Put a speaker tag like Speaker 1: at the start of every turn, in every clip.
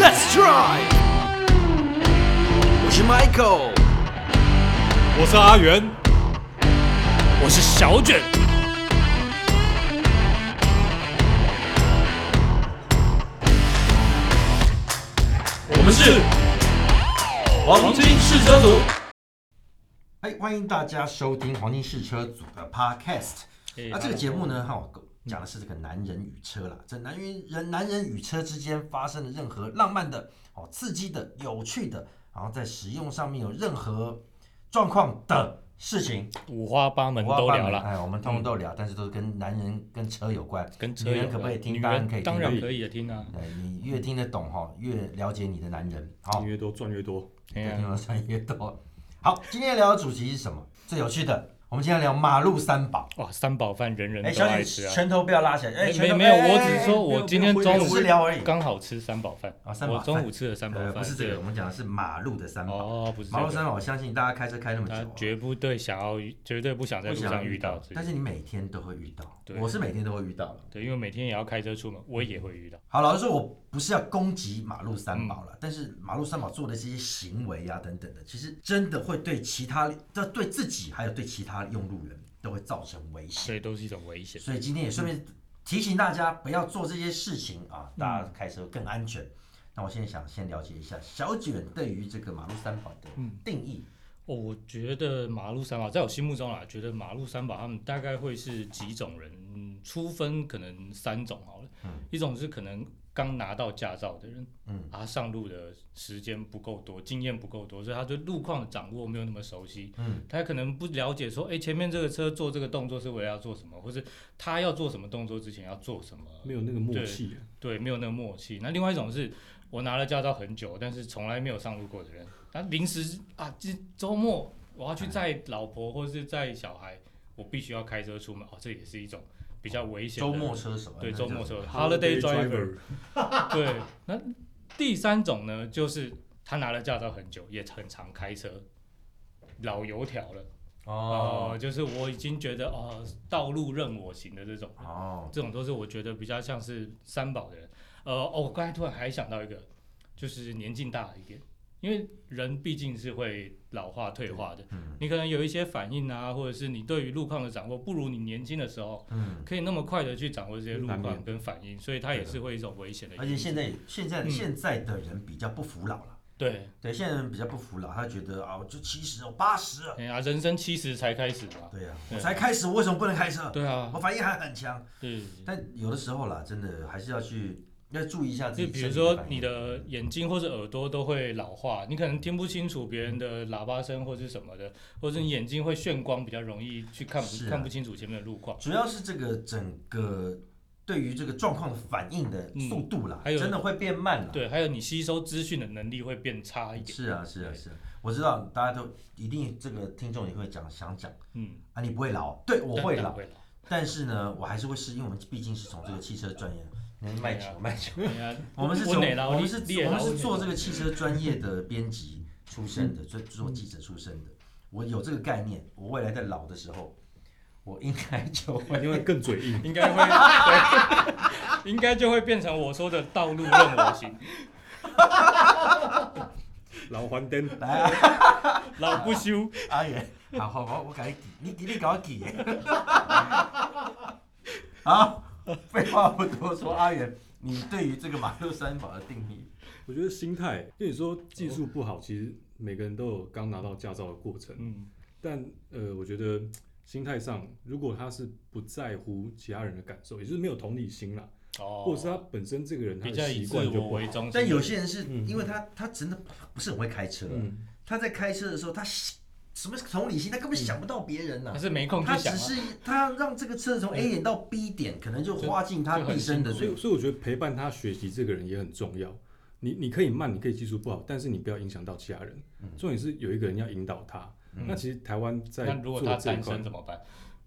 Speaker 1: Let's try！我是 Michael，
Speaker 2: 我是阿元，
Speaker 3: 我是小卷。
Speaker 2: 我们是黄金试车组。
Speaker 4: 哎，欢迎大家收听黄金试车组的 Podcast。那、这个节目呢，哈，我讲的是这个男人与车啦，这男与人、男人与车之间发生的任何浪漫的、哦刺激的、有趣的，然后在使用上面有任何状况的事情，
Speaker 3: 五花八门
Speaker 4: 五花
Speaker 3: 都
Speaker 4: 八
Speaker 3: 聊
Speaker 4: 门
Speaker 3: 了，嗯
Speaker 4: 哎，我们通通都聊，但是都是跟男人跟车有关，
Speaker 3: 跟车
Speaker 4: 女人
Speaker 3: 有
Speaker 4: 可不可以
Speaker 3: 关
Speaker 4: 听？
Speaker 3: 女
Speaker 4: 当然可以
Speaker 3: 人
Speaker 4: 听，
Speaker 3: 当然可以的听啊。
Speaker 4: 对你越听得懂哈，越了解你的男人，好
Speaker 2: 赚，越多赚越多，
Speaker 3: 哎
Speaker 4: 越
Speaker 3: 呀
Speaker 4: 听得穿越多。好，今天聊的主题是什么？最有趣的，我们今天聊马路三宝。
Speaker 3: 哇，三宝饭人人
Speaker 4: 哎，
Speaker 3: 都
Speaker 4: 小
Speaker 3: 爱
Speaker 4: 姐，
Speaker 3: 吃啊。
Speaker 4: 拳头不要拉起来。哎，
Speaker 3: 没
Speaker 4: 拳
Speaker 3: 没
Speaker 4: 头
Speaker 3: 没有，
Speaker 4: 哎
Speaker 3: 我
Speaker 4: 哎
Speaker 3: 只是
Speaker 4: 哎
Speaker 3: 说
Speaker 4: 哎
Speaker 3: 我今天
Speaker 4: 不要
Speaker 3: 中
Speaker 4: 只
Speaker 3: 午
Speaker 4: 是聊而已。
Speaker 3: 刚好吃三宝饭
Speaker 4: 哦三，宝
Speaker 3: 我
Speaker 4: 饭
Speaker 3: 中午吃了三宝
Speaker 4: 呃，
Speaker 3: 饭，
Speaker 4: 不是这
Speaker 3: 对
Speaker 4: 个，我们讲的是马路的三宝。
Speaker 3: 哦，不是这
Speaker 4: 马路
Speaker 3: 个，
Speaker 4: 三宝，我相信大家开车开那么久
Speaker 3: 他
Speaker 4: 啊，
Speaker 3: 绝不对想要，绝对不想在
Speaker 4: 不
Speaker 3: 路
Speaker 4: 想
Speaker 3: 上遇到这
Speaker 4: 但
Speaker 3: 个。
Speaker 4: 是你每天都会遇到，
Speaker 3: 对
Speaker 4: 我是每天都会遇到的。
Speaker 3: 对，因为每天也要开车出门，我也会遇到。
Speaker 4: 好，老实说，我不是要攻击马路三宝
Speaker 3: 嗯
Speaker 4: 了，但是马路三宝做的这些行为啊等等的，其实真的会对其他、这对自己还有对其他用路人都会造成危险。
Speaker 3: 所以都是一种危险。
Speaker 4: 所以今天也顺便提醒大家不要做这些事情啊，大家开车更安全。那我现在想先了解一下小卷对于这个马路三宝的定义。
Speaker 3: 哦，我觉得马路三宝在我心目中啊，觉得马路三宝他们大概会是几种人，嗯初分可能三种好了。一种是可能刚拿到驾照的人，
Speaker 4: 嗯，
Speaker 3: 他上路的时间不够多，经验不够多，所以他对路况的掌握没有那么熟悉。
Speaker 4: 嗯，
Speaker 3: 他可能不了解说，哎、前面这个车做这个动作是为了要做什么，或是他要做什么动作之前要做什么。
Speaker 2: 没有那个默契，啊
Speaker 3: 对，没有那个默契。那另外一种是我拿了驾照很久，但是从来没有上路过的人，他临时啊，这周末我要去载老婆或是载小孩，我必须要开车出门，哦，这也是一种比较危险的。
Speaker 4: 周末车手啊
Speaker 3: 对周末车
Speaker 2: Holiday
Speaker 3: holiday
Speaker 2: driver
Speaker 3: driver，对。那第三种呢，就是他拿了驾照很久，也很常开车，老油条了。
Speaker 4: 哦
Speaker 3: 就是我已经觉得哦，道路任我行的这种。
Speaker 4: 哦，
Speaker 3: 这种都是我觉得比较像是三宝的人。呃，哦，我刚才突然还想到一个，就是年纪大一点，因为人毕竟是会老化退化的，
Speaker 4: 嗯
Speaker 3: 你可能有一些反应啊，或者是你对于路况的掌握不如你年轻的时候
Speaker 4: 嗯，
Speaker 3: 可以那么快的去掌握这些路
Speaker 2: 难免
Speaker 3: 况跟反应，所以它也是会一种危险的因素。
Speaker 4: 而且现在现在、
Speaker 3: 嗯
Speaker 4: 现在的人比较不服老了。
Speaker 3: 对，
Speaker 4: 对，现在人比较不服老，他觉得啊，我就七十，我八十了，
Speaker 3: 哎呀，人生七十才开始嘛。
Speaker 4: 对呀、啊
Speaker 3: 对
Speaker 4: 我才开始，我为什么不能开车？
Speaker 3: 对啊，
Speaker 4: 我反应还很强，
Speaker 3: 对。
Speaker 4: 但有的时候啦，真的还是要去要注意一下自己
Speaker 3: 就
Speaker 4: 身体
Speaker 3: 比
Speaker 4: 反应。
Speaker 3: 如说你的眼睛或者耳朵都会老化，你可能听不清楚别人的喇叭声或是什么的，或者你眼睛会眩光，比较容易去看不、
Speaker 4: 是啊
Speaker 3: 看不清楚前面的路况。
Speaker 4: 主要是这个整个对于这个状况的反应的速度啦，
Speaker 3: 嗯还有
Speaker 4: 真的会变慢了。
Speaker 3: 对，还有你吸收资讯的能力会变差一点。
Speaker 4: 是啊，是啊，
Speaker 3: 对
Speaker 4: 是啊，我知道大家都一定这个听众也会讲想讲
Speaker 3: 嗯，
Speaker 4: 啊，你不会老，对我
Speaker 3: 但
Speaker 4: 会
Speaker 3: 但
Speaker 4: 老，
Speaker 3: 会老。
Speaker 4: 但是呢，我还是会试，因为我们毕竟是从这个汽车专业，能卖
Speaker 3: 对
Speaker 4: 酒
Speaker 3: 啊
Speaker 4: 卖酒，
Speaker 3: 哎呀
Speaker 4: 我们是
Speaker 3: 我
Speaker 4: 从
Speaker 3: 哪老
Speaker 4: 我们
Speaker 3: 你
Speaker 4: 是
Speaker 3: 你也
Speaker 4: 我们
Speaker 3: 老嗯
Speaker 4: 是
Speaker 3: 你
Speaker 4: 做
Speaker 3: 也
Speaker 4: 这个汽车专业的编辑出身的，做做记者出身的，我有这个概念，我未来在老的时候，我应该就会
Speaker 2: 因为更 嘴硬。
Speaker 3: 应该会，对应该就会变成我说的道路任我行，
Speaker 2: 老还灯，
Speaker 4: 来。
Speaker 3: 老不休。
Speaker 4: 阿元，好啊好好，我给你记，你你给我记耶。 好，啊废话不多说，阿元，你对于这个马路三宝的定义，
Speaker 2: 我觉得心态，因为你说技术不好，其实每个人都有刚拿到驾照的过程，
Speaker 3: 嗯，
Speaker 2: 但呃，我觉得心态上，如果他是不在乎其他人的感受，也就是没有同理心啦，
Speaker 3: 哦，
Speaker 2: 或者是他本身这个人他
Speaker 3: 比
Speaker 2: 的
Speaker 3: 较以
Speaker 2: 习
Speaker 3: 自
Speaker 2: 惯就
Speaker 3: 我
Speaker 2: 不好
Speaker 3: 为。中心。
Speaker 4: 但有些人是
Speaker 2: 嗯
Speaker 4: 因为他他真的不是很会开车，
Speaker 2: 嗯，
Speaker 4: 他在开车的时候，他什么同理心，他根本想不到别人呐、
Speaker 3: 他是没空去
Speaker 4: 他
Speaker 3: 想
Speaker 4: 只
Speaker 3: 啊。
Speaker 4: 是他让这个车从 A 点到 B 点，可能嗯就花尽他毕生
Speaker 3: 嗯
Speaker 4: 的
Speaker 2: 所
Speaker 4: 最
Speaker 2: 以所以我觉得陪伴他学习这个人也很重要。你你可以慢，你可以技术不好，但是你不要影响到其他人。重点是有一个人要引导他。
Speaker 3: 嗯
Speaker 2: 那其实台湾在
Speaker 3: 那如果
Speaker 2: 做
Speaker 3: 他
Speaker 2: 这一
Speaker 3: 单
Speaker 2: 块
Speaker 3: 身，怎么办？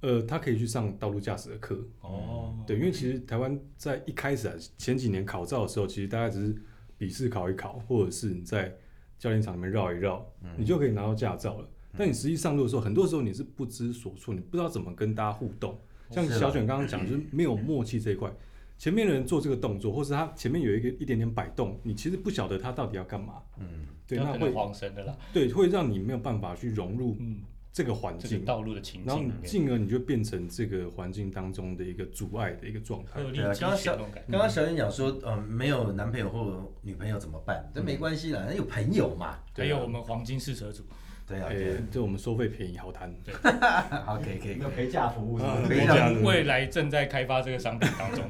Speaker 2: 呃，他可以去上道路驾驶的课。
Speaker 3: 哦，
Speaker 2: 对，因为其实台湾在一开始啊，前几年考照的时候，其实大概只是笔试考一考，或者是你在教练场里面绕一绕，
Speaker 4: 嗯
Speaker 2: 你就可以拿到驾照了。但你实际上路的时候，很多时候你是不知所措，你不知道怎么跟大家互动。像
Speaker 4: 哦是啦
Speaker 2: 小卷刚刚讲，就是没有默契这一块。前面的人做这个动作，或是他前面有一个一点点摆动，你其实不晓得他到底要干嘛。
Speaker 4: 嗯，
Speaker 2: 对，
Speaker 3: 有
Speaker 2: 那
Speaker 3: 可能
Speaker 2: 会
Speaker 3: 黄神的啦，
Speaker 2: 对会让你没有办法去融入
Speaker 3: 嗯，
Speaker 2: 这个环
Speaker 3: 这个
Speaker 2: 境，
Speaker 3: 道路的情
Speaker 2: 然后
Speaker 3: 境
Speaker 2: 你
Speaker 3: 里面，
Speaker 2: 进而你就变成这个环境当中的一个阻碍的一个状态
Speaker 3: 会。有利
Speaker 4: 对啊
Speaker 3: 己
Speaker 4: 刚刚
Speaker 3: 行
Speaker 4: 小
Speaker 3: 动感。
Speaker 4: 刚刚小燕讲说，嗯，没有男朋友或女朋友怎么办？这没关系啦，那有朋友嘛。
Speaker 3: 还
Speaker 2: 对啊
Speaker 3: 有我们黄金试车组，
Speaker 4: 对啊，对
Speaker 2: 诶，哎这我们收费便宜好谈。
Speaker 4: 啊，好，可以可以。
Speaker 1: 有陪嫁服务是
Speaker 2: 啊
Speaker 1: 不
Speaker 4: 可
Speaker 1: 是？
Speaker 4: 以
Speaker 3: 我
Speaker 4: 让
Speaker 2: 对啊
Speaker 3: 们未来正在开发这个商品当中。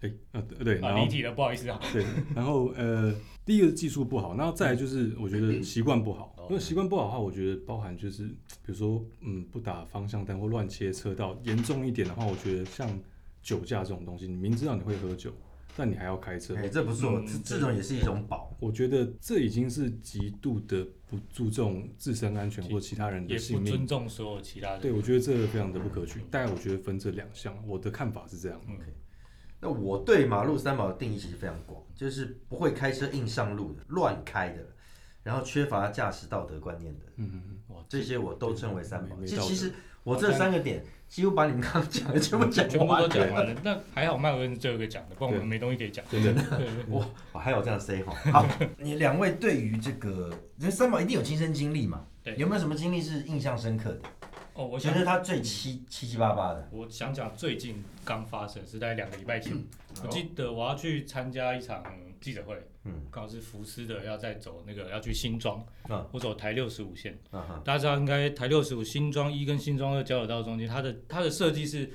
Speaker 2: 哎，啊对，然
Speaker 3: 啊，
Speaker 2: 后
Speaker 3: 离题了，不好意思啊。
Speaker 2: 对，然后呃，第一个技术不好，然后再来就是我觉得习惯不好。
Speaker 3: 哦
Speaker 2: 因为习惯不好的话，我觉得包含就是比如说嗯不打方向灯或乱切车道，严重一点的话，我觉得像酒驾这种东西，你明知道你会喝酒，但你还要开车，
Speaker 4: 哎，这不错，
Speaker 3: 嗯
Speaker 4: 这
Speaker 3: 对
Speaker 4: 这种也是一种宝。
Speaker 2: 我觉得这已经是极度的不注重自身安全或其他人
Speaker 3: 也
Speaker 2: 的
Speaker 3: 不
Speaker 2: 性
Speaker 3: 尊
Speaker 2: 命。
Speaker 3: 重所有其他人。
Speaker 2: 对，我觉得这非常的不可取。大概我觉得分这两项，我的看法是这样。
Speaker 4: 那我对马路三宝的定义其实非常广，就是不会开车硬上路的、乱开的，然后缺乏驾驶道德观念的，
Speaker 2: 嗯，
Speaker 4: 这些我都称为三宝。
Speaker 2: 没没
Speaker 4: 其
Speaker 2: 道德
Speaker 4: 其实我这三个点几乎把你们刚刚讲的全部讲
Speaker 3: 全部
Speaker 4: 完
Speaker 3: 都
Speaker 4: 了。
Speaker 3: 讲完了，那还好麦文是最后一个讲的，不然我们
Speaker 2: 对
Speaker 3: 没东西可以讲。
Speaker 2: 对对，
Speaker 3: 对
Speaker 4: 我我还有这样 say 哈。好，你两位对于这个，因为三宝一定有亲身经历嘛？
Speaker 3: 对
Speaker 4: 有没有什么经历是印象深刻的？
Speaker 3: 哦，我
Speaker 4: 我
Speaker 3: 想
Speaker 4: 觉得他最七七七八八的。
Speaker 3: 我想讲最近刚发生，是在两个礼拜前，
Speaker 2: 嗯
Speaker 3: 我记得我要去参加一场记者会，
Speaker 4: 嗯，
Speaker 3: 刚好是福斯的要在走那个要去新庄，
Speaker 4: 嗯
Speaker 3: 我走台六十五线，
Speaker 4: 啊哈，
Speaker 3: 大家知道应该台六十五新庄一跟新庄二交流道中间，它的它的设计是。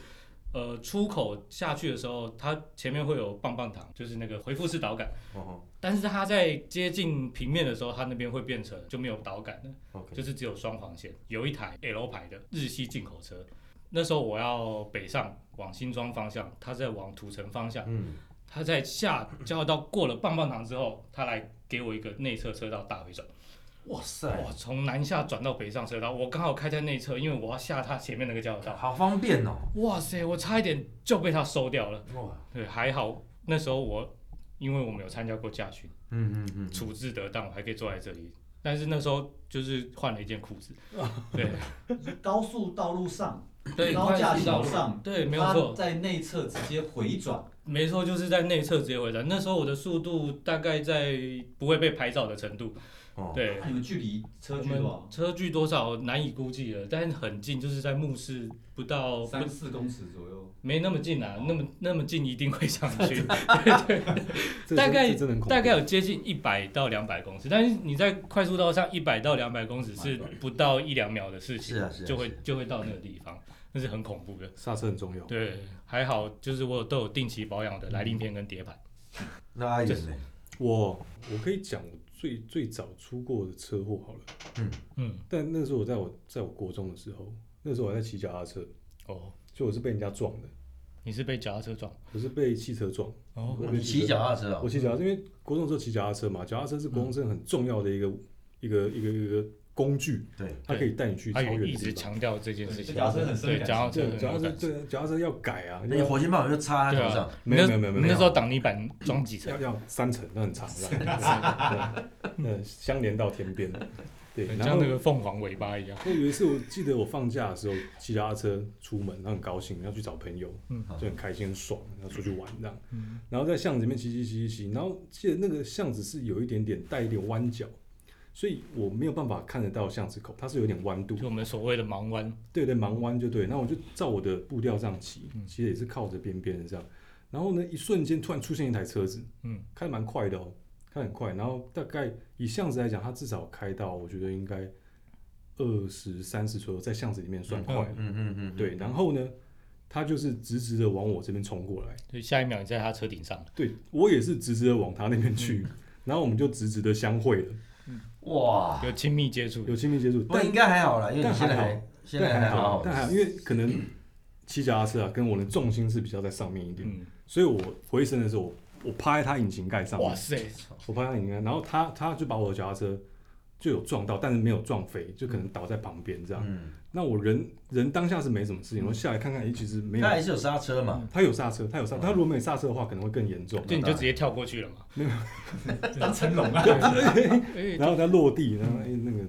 Speaker 3: 呃，出口下去的时候，它前面会有棒棒糖，就是那个回复式导杆。
Speaker 4: 哦
Speaker 3: 但是它在接近平面的时候，它那边会变成就没有导杆了，
Speaker 4: 吼，OK，哦
Speaker 3: 就是只有双黄线。有一台 L 牌的日系进口车，那时候我要北上往新庄方向，它在往土城方向，
Speaker 4: 嗯，
Speaker 3: 它在下交流道过了棒棒糖之后，它来给我一个内侧车道大回转，
Speaker 4: 哇塞，
Speaker 3: 哇，从南下转到北上车道，我刚好开在内侧，因为我要下它前面那个交流道，
Speaker 4: 好方便哦。
Speaker 3: 哇塞，我差一点就被它收掉了，
Speaker 4: 哇，
Speaker 3: 对，还好那时候我因为我们有参加过驾训。
Speaker 4: 嗯嗯嗯，
Speaker 3: 处置得当，我还可以坐在这里。但是那时候就是换了一件裤子，对
Speaker 1: 高速道路上，
Speaker 3: 对，
Speaker 1: 高架
Speaker 3: 快速道
Speaker 1: 桥
Speaker 3: 路
Speaker 1: 上，
Speaker 3: 对，没有错
Speaker 1: 它，在内侧直接回转，
Speaker 3: 没错，就是在内侧直接回转。那时候我的速度大概在不会被拍照的程度，
Speaker 4: 哦，
Speaker 3: 对
Speaker 1: 那，你们距离车距多
Speaker 3: 我们车距多少难以估计了，但很近，就是在目视不到
Speaker 1: 少？
Speaker 3: 不
Speaker 1: 三四公尺左右。
Speaker 3: 没那么近啊，那么那么近一定会上 去，
Speaker 2: 这
Speaker 3: 大概
Speaker 2: 这真的很恐怖
Speaker 3: 大概有接近一百到两百公尺，但是你在快速道上一百到两百公尺是不到一两秒的事情，
Speaker 4: 是啊是啊
Speaker 3: 就会
Speaker 4: 是
Speaker 3: 就会到那个地方，那是很恐怖的。
Speaker 2: 刹车很重要。
Speaker 3: 对，还好，就是我有都有定期保养的来鳞片跟碟盘。
Speaker 4: 那阿远呢？
Speaker 2: 我我可以讲我最最早出过的车祸好了，
Speaker 3: 嗯，
Speaker 2: 但那时候我在我在我国中的时候，那时候我还在骑脚踏车，
Speaker 3: 哦，
Speaker 2: 就我是被人家撞的，
Speaker 3: 你是被脚踏车撞？
Speaker 2: 我是被汽车撞。
Speaker 3: 哦
Speaker 2: 我
Speaker 4: 你
Speaker 2: 被
Speaker 4: 骑
Speaker 2: 汽车
Speaker 4: 脚踏车
Speaker 2: 我
Speaker 4: 哦，
Speaker 2: 骑脚踏车，因为国中的时候骑脚踏车嘛，脚踏车是
Speaker 3: 嗯
Speaker 2: 国中生很重要的一个、一个一个一个工具，
Speaker 4: 对，
Speaker 2: 它可以带你去超
Speaker 3: 阿
Speaker 2: 越
Speaker 3: 宇
Speaker 2: 的
Speaker 3: 一直
Speaker 2: 地方。
Speaker 3: 强调这件事情。
Speaker 1: 对脚踏车很深的
Speaker 3: 对，
Speaker 1: 感
Speaker 3: 脚踏车
Speaker 2: 对，
Speaker 3: 很
Speaker 2: 脚踏
Speaker 3: 有
Speaker 2: 车
Speaker 3: 感情。
Speaker 2: 对脚踏车要改啊，
Speaker 4: 那你
Speaker 2: 要
Speaker 4: 火箭棒就插他头上，
Speaker 2: 没有没有没有没有嗯
Speaker 3: 那时候挡泥板装几层
Speaker 2: 要？要三层，那很长，那 那相连到天边。对，
Speaker 3: 很
Speaker 2: 然
Speaker 3: 像
Speaker 2: 后
Speaker 3: 那个凤凰尾巴一样。
Speaker 2: 那有一次，我记得我放假的时候骑脚踏车出门，然后很高兴，要去找朋友，
Speaker 3: 嗯
Speaker 2: 就很开心、很爽，要出去玩这样。
Speaker 3: 嗯
Speaker 2: 然后在巷子里面骑骑骑骑骑，然后记得那个巷子是有一点点带一点弯角，所以我没有办法看得到巷子口，它是有点弯度
Speaker 3: 就，我们所谓的盲弯，
Speaker 2: 对对，盲弯就对。那我就照我的步调这样骑，
Speaker 4: 嗯
Speaker 2: 其实也是靠着边边这样。然后呢，一瞬间突然出现一台车子，
Speaker 3: 嗯，
Speaker 2: 开得蛮快的哦，开得很快。然后大概以巷子来讲，它至少开到我觉得应该二十三十左右，在巷子里面算快。
Speaker 4: 嗯嗯嗯，
Speaker 2: 对，然后呢，它就是直直的往我这边冲过来，
Speaker 3: 就下一秒你在他车顶上。
Speaker 2: 对我也是直直的往他那边去，
Speaker 4: 嗯
Speaker 2: 然后我们就直直的相会了，
Speaker 4: 哇，
Speaker 3: 有亲密接触
Speaker 2: 有，亲密接触，
Speaker 4: 不过
Speaker 2: 但
Speaker 4: 应该还好啦，因为你现在
Speaker 2: 但还
Speaker 4: 还
Speaker 2: 好
Speaker 4: 现在
Speaker 2: 但还
Speaker 4: 好
Speaker 2: 好，，但还好，因为可能骑脚踏车啊，跟我的重心是比较在上面一点，
Speaker 3: 嗯，
Speaker 2: 所以我回身的时候，我我趴在他引擎盖上面
Speaker 3: 哇，塞，
Speaker 2: 我趴在他引擎盖，然后他他就把我的脚踏车就有撞到，但是没有撞飞，就可能倒在旁边这样。
Speaker 4: 嗯，
Speaker 2: 那我人人当下是没什么事情，我下来看看，诶，其实没有嗯
Speaker 4: 他，还是有刹车嘛，
Speaker 2: 他有刹车，他有刹，他如果没有刹车的话，可能会更严重。
Speaker 3: 就你就直接跳过去了嘛。
Speaker 1: 当成龙啊，
Speaker 3: 哎，
Speaker 2: 然后它落地，然后哎、那个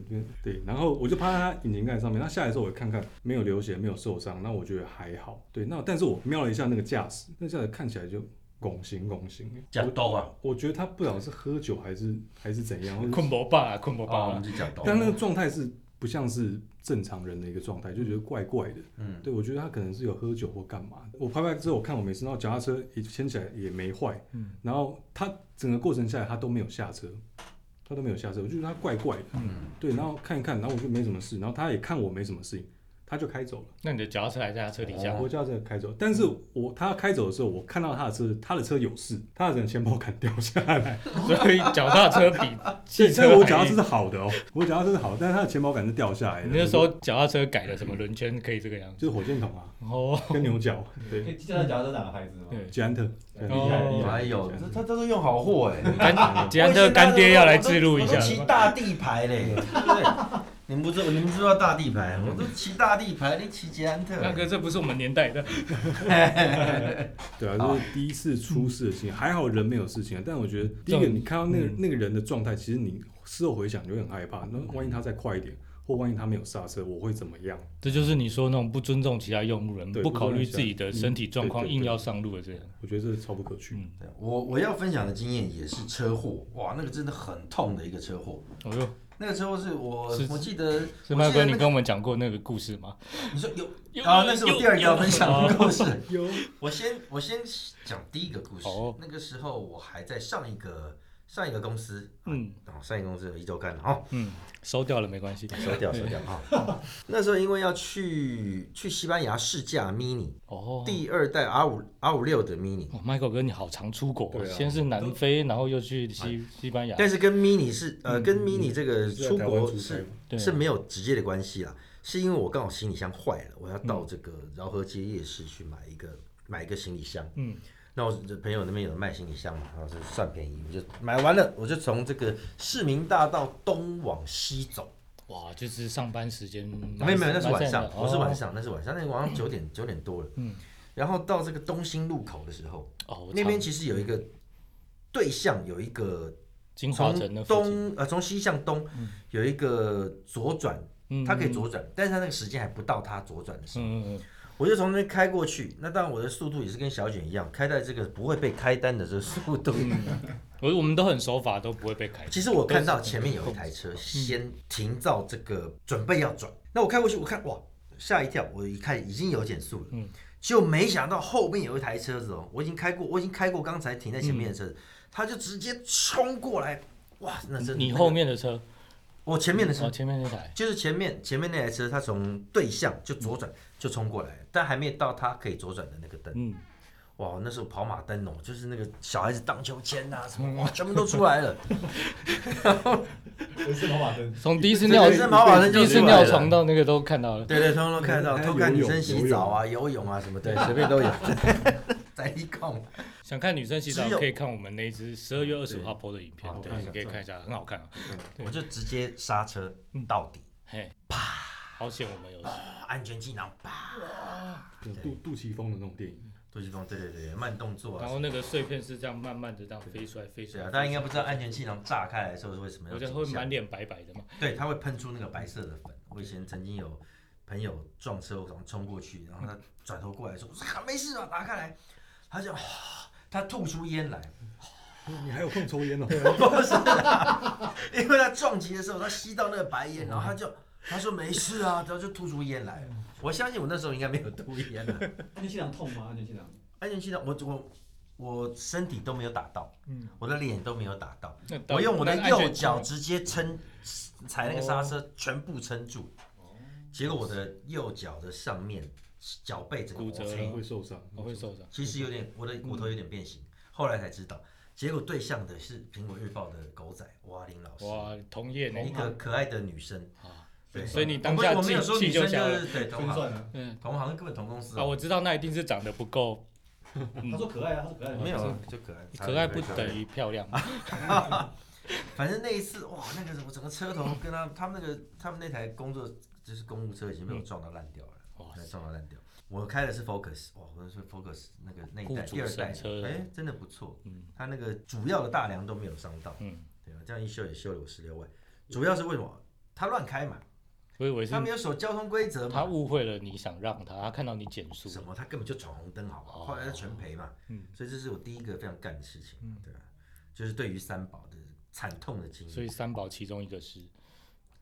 Speaker 2: 对，然后我就趴在它引擎盖上面。那下来的时候我看看，没有流血，没有受伤，那我觉得还好。对，那但是我瞄了一下那个驾驶，那驾驶看起来就拱形拱形。
Speaker 4: 讲多啊，
Speaker 2: 我觉得他不晓得是喝酒还是还是怎样，或者
Speaker 3: 困不饱啊，困不
Speaker 4: 哦，
Speaker 3: 饱
Speaker 4: 我
Speaker 3: 啊
Speaker 4: 们，就讲多。
Speaker 2: 但那个状态是不像是正常人的一个状态，就觉得怪怪的。
Speaker 4: 嗯，
Speaker 2: 对，我觉得他可能是有喝酒或干嘛的。我拍拍之后，我看我没事，然后脚踏车也牵起来也没坏，
Speaker 3: 嗯
Speaker 2: 然后他整个过程下来他都没有下车，他都没有下车，我就觉得他怪怪的。
Speaker 4: 嗯，
Speaker 2: 对，然后看一看，然后我就没什么事，然后他也看我没什么事情，他就开走了。哦
Speaker 3: 那你的脚踏车还在他车底下，
Speaker 2: 我叫这个开走，但是我他开走的时候，我看到他的车，他的车有事，他的整个钱包 杆掉下来，
Speaker 3: 所以脚踏车比汽
Speaker 2: 所以
Speaker 3: 车
Speaker 2: 我
Speaker 3: 还
Speaker 2: 脚踏车是好的哦，我脚踏车是好的，但是他的钱包杆是掉下来的。
Speaker 3: 你那时候脚踏车改了什么轮圈可以这个样子？
Speaker 2: 就是火箭筒啊，
Speaker 3: 哦，
Speaker 2: 跟牛角，对，
Speaker 1: 哎，这辆脚踏车哪个牌子吗？
Speaker 3: 对，
Speaker 2: 捷安特，
Speaker 1: 厉
Speaker 3: 哦
Speaker 2: 啊
Speaker 1: 害厉害！
Speaker 4: 哎呦，这他这都用好货哎。
Speaker 3: 干捷安特干爹要来记录一
Speaker 4: 我
Speaker 3: 下
Speaker 4: 都骑大地牌嘞，对不对？ 你们不知道，你们知道大地牌，我都骑大地牌，你骑捷安特。
Speaker 3: 那个这不是我们年代的，
Speaker 2: 对啊，这是第一次出事的事情，还好人没有事情啊。但我觉得第一个，
Speaker 3: 对
Speaker 2: 你看到那个
Speaker 3: 嗯
Speaker 2: 那个人的状态，其实你事后回想，你会很害怕。那万一他再快一点，或万一他没有刹车，我会怎么样？
Speaker 3: 这就是你说那种不尊重其他用路人，
Speaker 2: 对
Speaker 3: 不考虑
Speaker 2: 不尊重其他
Speaker 3: 自己的身体状况，
Speaker 2: 嗯对对对
Speaker 3: 硬要上路的这样。
Speaker 2: 我觉得这是超不可取。
Speaker 3: 嗯，
Speaker 4: 对我我要分享的经验也是车祸，哇，那个真的很痛的一个车祸。
Speaker 3: 我说
Speaker 4: 那个车祸是我
Speaker 3: 是
Speaker 4: 我记得，
Speaker 3: 是哦麦哥，
Speaker 4: 我记得那个
Speaker 3: 你跟我们讲过那个故事吗？
Speaker 4: 你说有啊，那是我第二个要分享的故事。
Speaker 2: 有
Speaker 4: 我先我先讲第一个故事
Speaker 3: 哦。
Speaker 4: 那个时候我还在上一个上一个公司，
Speaker 3: 嗯
Speaker 4: 哦，上一个公司有一周干了哦，
Speaker 3: 嗯，收掉了没关系。
Speaker 4: 收掉收掉啊。哦那时候因为要去去西班牙试驾 Mini，
Speaker 3: 哦，
Speaker 4: 第二代 R 五 R 五六的 Mini，
Speaker 3: 哦，Michael 哥，你好常出国啊，
Speaker 2: 对啊
Speaker 3: 先是南非，然后又去西西班牙。
Speaker 4: 哎但是跟 Mini 是
Speaker 3: 嗯
Speaker 4: 呃跟 Mini 这个出国是
Speaker 3: 对
Speaker 4: 是没有直接的关系啦，是因为我刚好行李箱坏了，我要到这个饶河街夜市去买一个买一个行李箱。
Speaker 3: 嗯，
Speaker 4: 那我这朋友那边有卖行李箱嘛，然后就算便宜，我就买完了，我就从这个市民大道东往西走。
Speaker 3: 哇，就是上班时间蛮。
Speaker 4: 没有没有，那是
Speaker 3: 嗯蛮
Speaker 4: 晚
Speaker 3: 赞
Speaker 4: 上
Speaker 3: 的，
Speaker 4: 不是晚。
Speaker 3: 哦
Speaker 4: 上，那是晚上，那晚上九点九点多了。
Speaker 3: 嗯，
Speaker 4: 然后到这个东兴路口的时候，
Speaker 3: 哦，我
Speaker 4: 那边
Speaker 3: 常
Speaker 4: 其实有一个对象有一个
Speaker 3: 金华城
Speaker 4: 从
Speaker 3: 的附近，
Speaker 4: 东呃从西向东有一个左转，
Speaker 3: 嗯
Speaker 4: 它可以左转，但是它那个时间还不到它左转的时候，
Speaker 3: 嗯嗯嗯，
Speaker 4: 我就从那边开过去。那当然我的速度也是跟小卷一样，开在这个不会被开单的这个速度。
Speaker 3: 嗯我我们都很守法，都不会被开。
Speaker 4: 其实我看到前面有一台
Speaker 3: 嗯
Speaker 4: 车先停到这个准备要转，那我开过去，我看哇吓一跳，我一看已经有减速了，
Speaker 3: 嗯
Speaker 4: 就没想到后面有一台车子哦，我已经开过，我已经开过刚才停在前
Speaker 3: 嗯
Speaker 4: 面的车子，他就直接冲过来，哇，那真的
Speaker 3: 你
Speaker 4: 那个
Speaker 3: 后面的车，
Speaker 4: 我前面的车
Speaker 3: 哦，前面那台，
Speaker 4: 就是前面前面那台车，它从对向就左转就冲过来，但还没有到它可以左转的那个灯。
Speaker 3: 嗯，
Speaker 4: 哇，那时候跑马灯哦，就是那个小孩子荡秋千啊什么，哇，全部都出来了。
Speaker 1: 我是跑马灯，
Speaker 3: 从第一次尿
Speaker 4: 这跑马灯就
Speaker 3: 第一次
Speaker 4: 出来
Speaker 3: 尿
Speaker 4: 了
Speaker 3: 床到那个都看到了。
Speaker 4: 对哎对，通通都看到，偷看女生洗澡啊、游泳啊什么的，随便都有。 在一控，
Speaker 3: 想看女生洗澡
Speaker 4: 只有，
Speaker 3: 可以看我们那一支十二月二十五号播的影片
Speaker 4: 好，
Speaker 3: 对，
Speaker 4: 看一下
Speaker 3: 你可以看一下，很好看啊。
Speaker 4: 我就直接刹车到底，
Speaker 3: 嘿，好险我们有
Speaker 4: 啊安全气囊啪，嗯
Speaker 2: 有杜杜琪峰的那种电影，
Speaker 4: 杜琪峰，对对对，慢动作
Speaker 3: 然
Speaker 4: 啊。
Speaker 3: 后那个碎片是这样慢慢的这样飞出来，飞出
Speaker 4: 对
Speaker 3: 来。
Speaker 4: 啊，大家应该不知道安全气囊炸开来的时候是为什么
Speaker 3: 我
Speaker 4: 要
Speaker 3: 觉得
Speaker 4: 惊
Speaker 3: 会
Speaker 4: 吓
Speaker 3: 满脸白白的嘛。
Speaker 4: 对，它会喷出那个白色的粉。我以前曾经有朋友撞车，我从冲过去，然后他转头过来说：“我说啊没事啊，打开来。”他就、他吐出烟来，
Speaker 2: 你还有空抽烟哦？
Speaker 4: 不是啊因为他撞击的时候，他吸到那个白烟，然后他就他说没事啊，然后就吐出烟来。我相信我那时候应该没有吐烟了、
Speaker 1: 安全气囊痛吗？安全气囊
Speaker 4: 安全气囊，我我我身体都没有打到，
Speaker 3: 嗯
Speaker 4: 我的脸都没有打到，
Speaker 3: 那到
Speaker 4: 我用我的
Speaker 3: 那安全
Speaker 4: 右脚直接撑，踩那个刹车，全部撑住。结果我的右脚的上面脚背整个
Speaker 3: 骨折
Speaker 4: 磨
Speaker 3: 了
Speaker 4: 青
Speaker 2: 会受伤，
Speaker 3: 我哦会受伤。
Speaker 4: 其实有点我的骨头有点变形，后来才知道。结果对象的是《苹果日报》的狗仔哇林老师，
Speaker 3: 哇，同业呢？
Speaker 4: 一个可爱的女生。
Speaker 3: 啊，
Speaker 4: 对，
Speaker 3: 所以你当
Speaker 4: 我
Speaker 3: 下
Speaker 4: 们我没有
Speaker 3: 气
Speaker 4: 说
Speaker 3: 气
Speaker 4: 女
Speaker 3: 就
Speaker 4: 生
Speaker 3: 消
Speaker 4: 就
Speaker 3: 了
Speaker 4: 是对同
Speaker 1: 分
Speaker 4: 行
Speaker 1: 算了。
Speaker 3: 嗯
Speaker 4: 同行根本同公司
Speaker 3: 啊，我知道那一定是长得不够嗯
Speaker 1: 他说可爱啊，他说可爱，
Speaker 4: 没有啊就可爱，
Speaker 3: 可爱，不等于漂亮嘛。
Speaker 4: 反正那一次哇，那个我整个车头跟他他们那个他们那台工作就是公务车已经被我撞到烂掉了，
Speaker 3: 哇
Speaker 4: 被撞到烂掉。我开的是 Focus，哇，我是 Focus 那个那一代
Speaker 3: 雇主
Speaker 4: 第二代
Speaker 3: 神车
Speaker 4: 的，哎，真的不错，
Speaker 3: 嗯
Speaker 4: 它那个主要的大梁都没有伤到，
Speaker 3: 嗯，
Speaker 4: 对啊，这样一修也修了我十六万，主要是为什么？他乱开嘛，
Speaker 3: 我以为是
Speaker 4: 他没有守交通规则
Speaker 3: 他
Speaker 4: 嘛？
Speaker 3: 误会了你想让他，他看到你减速，
Speaker 4: 什么？他根本就闯红灯，好不好？
Speaker 3: 哦
Speaker 4: 后来他全赔嘛。
Speaker 3: 嗯
Speaker 4: 所以这是我第一个非常干的事情，对啊，就是对于三宝的惨痛的经
Speaker 3: 所
Speaker 4: 历。
Speaker 3: 以三宝其中一个是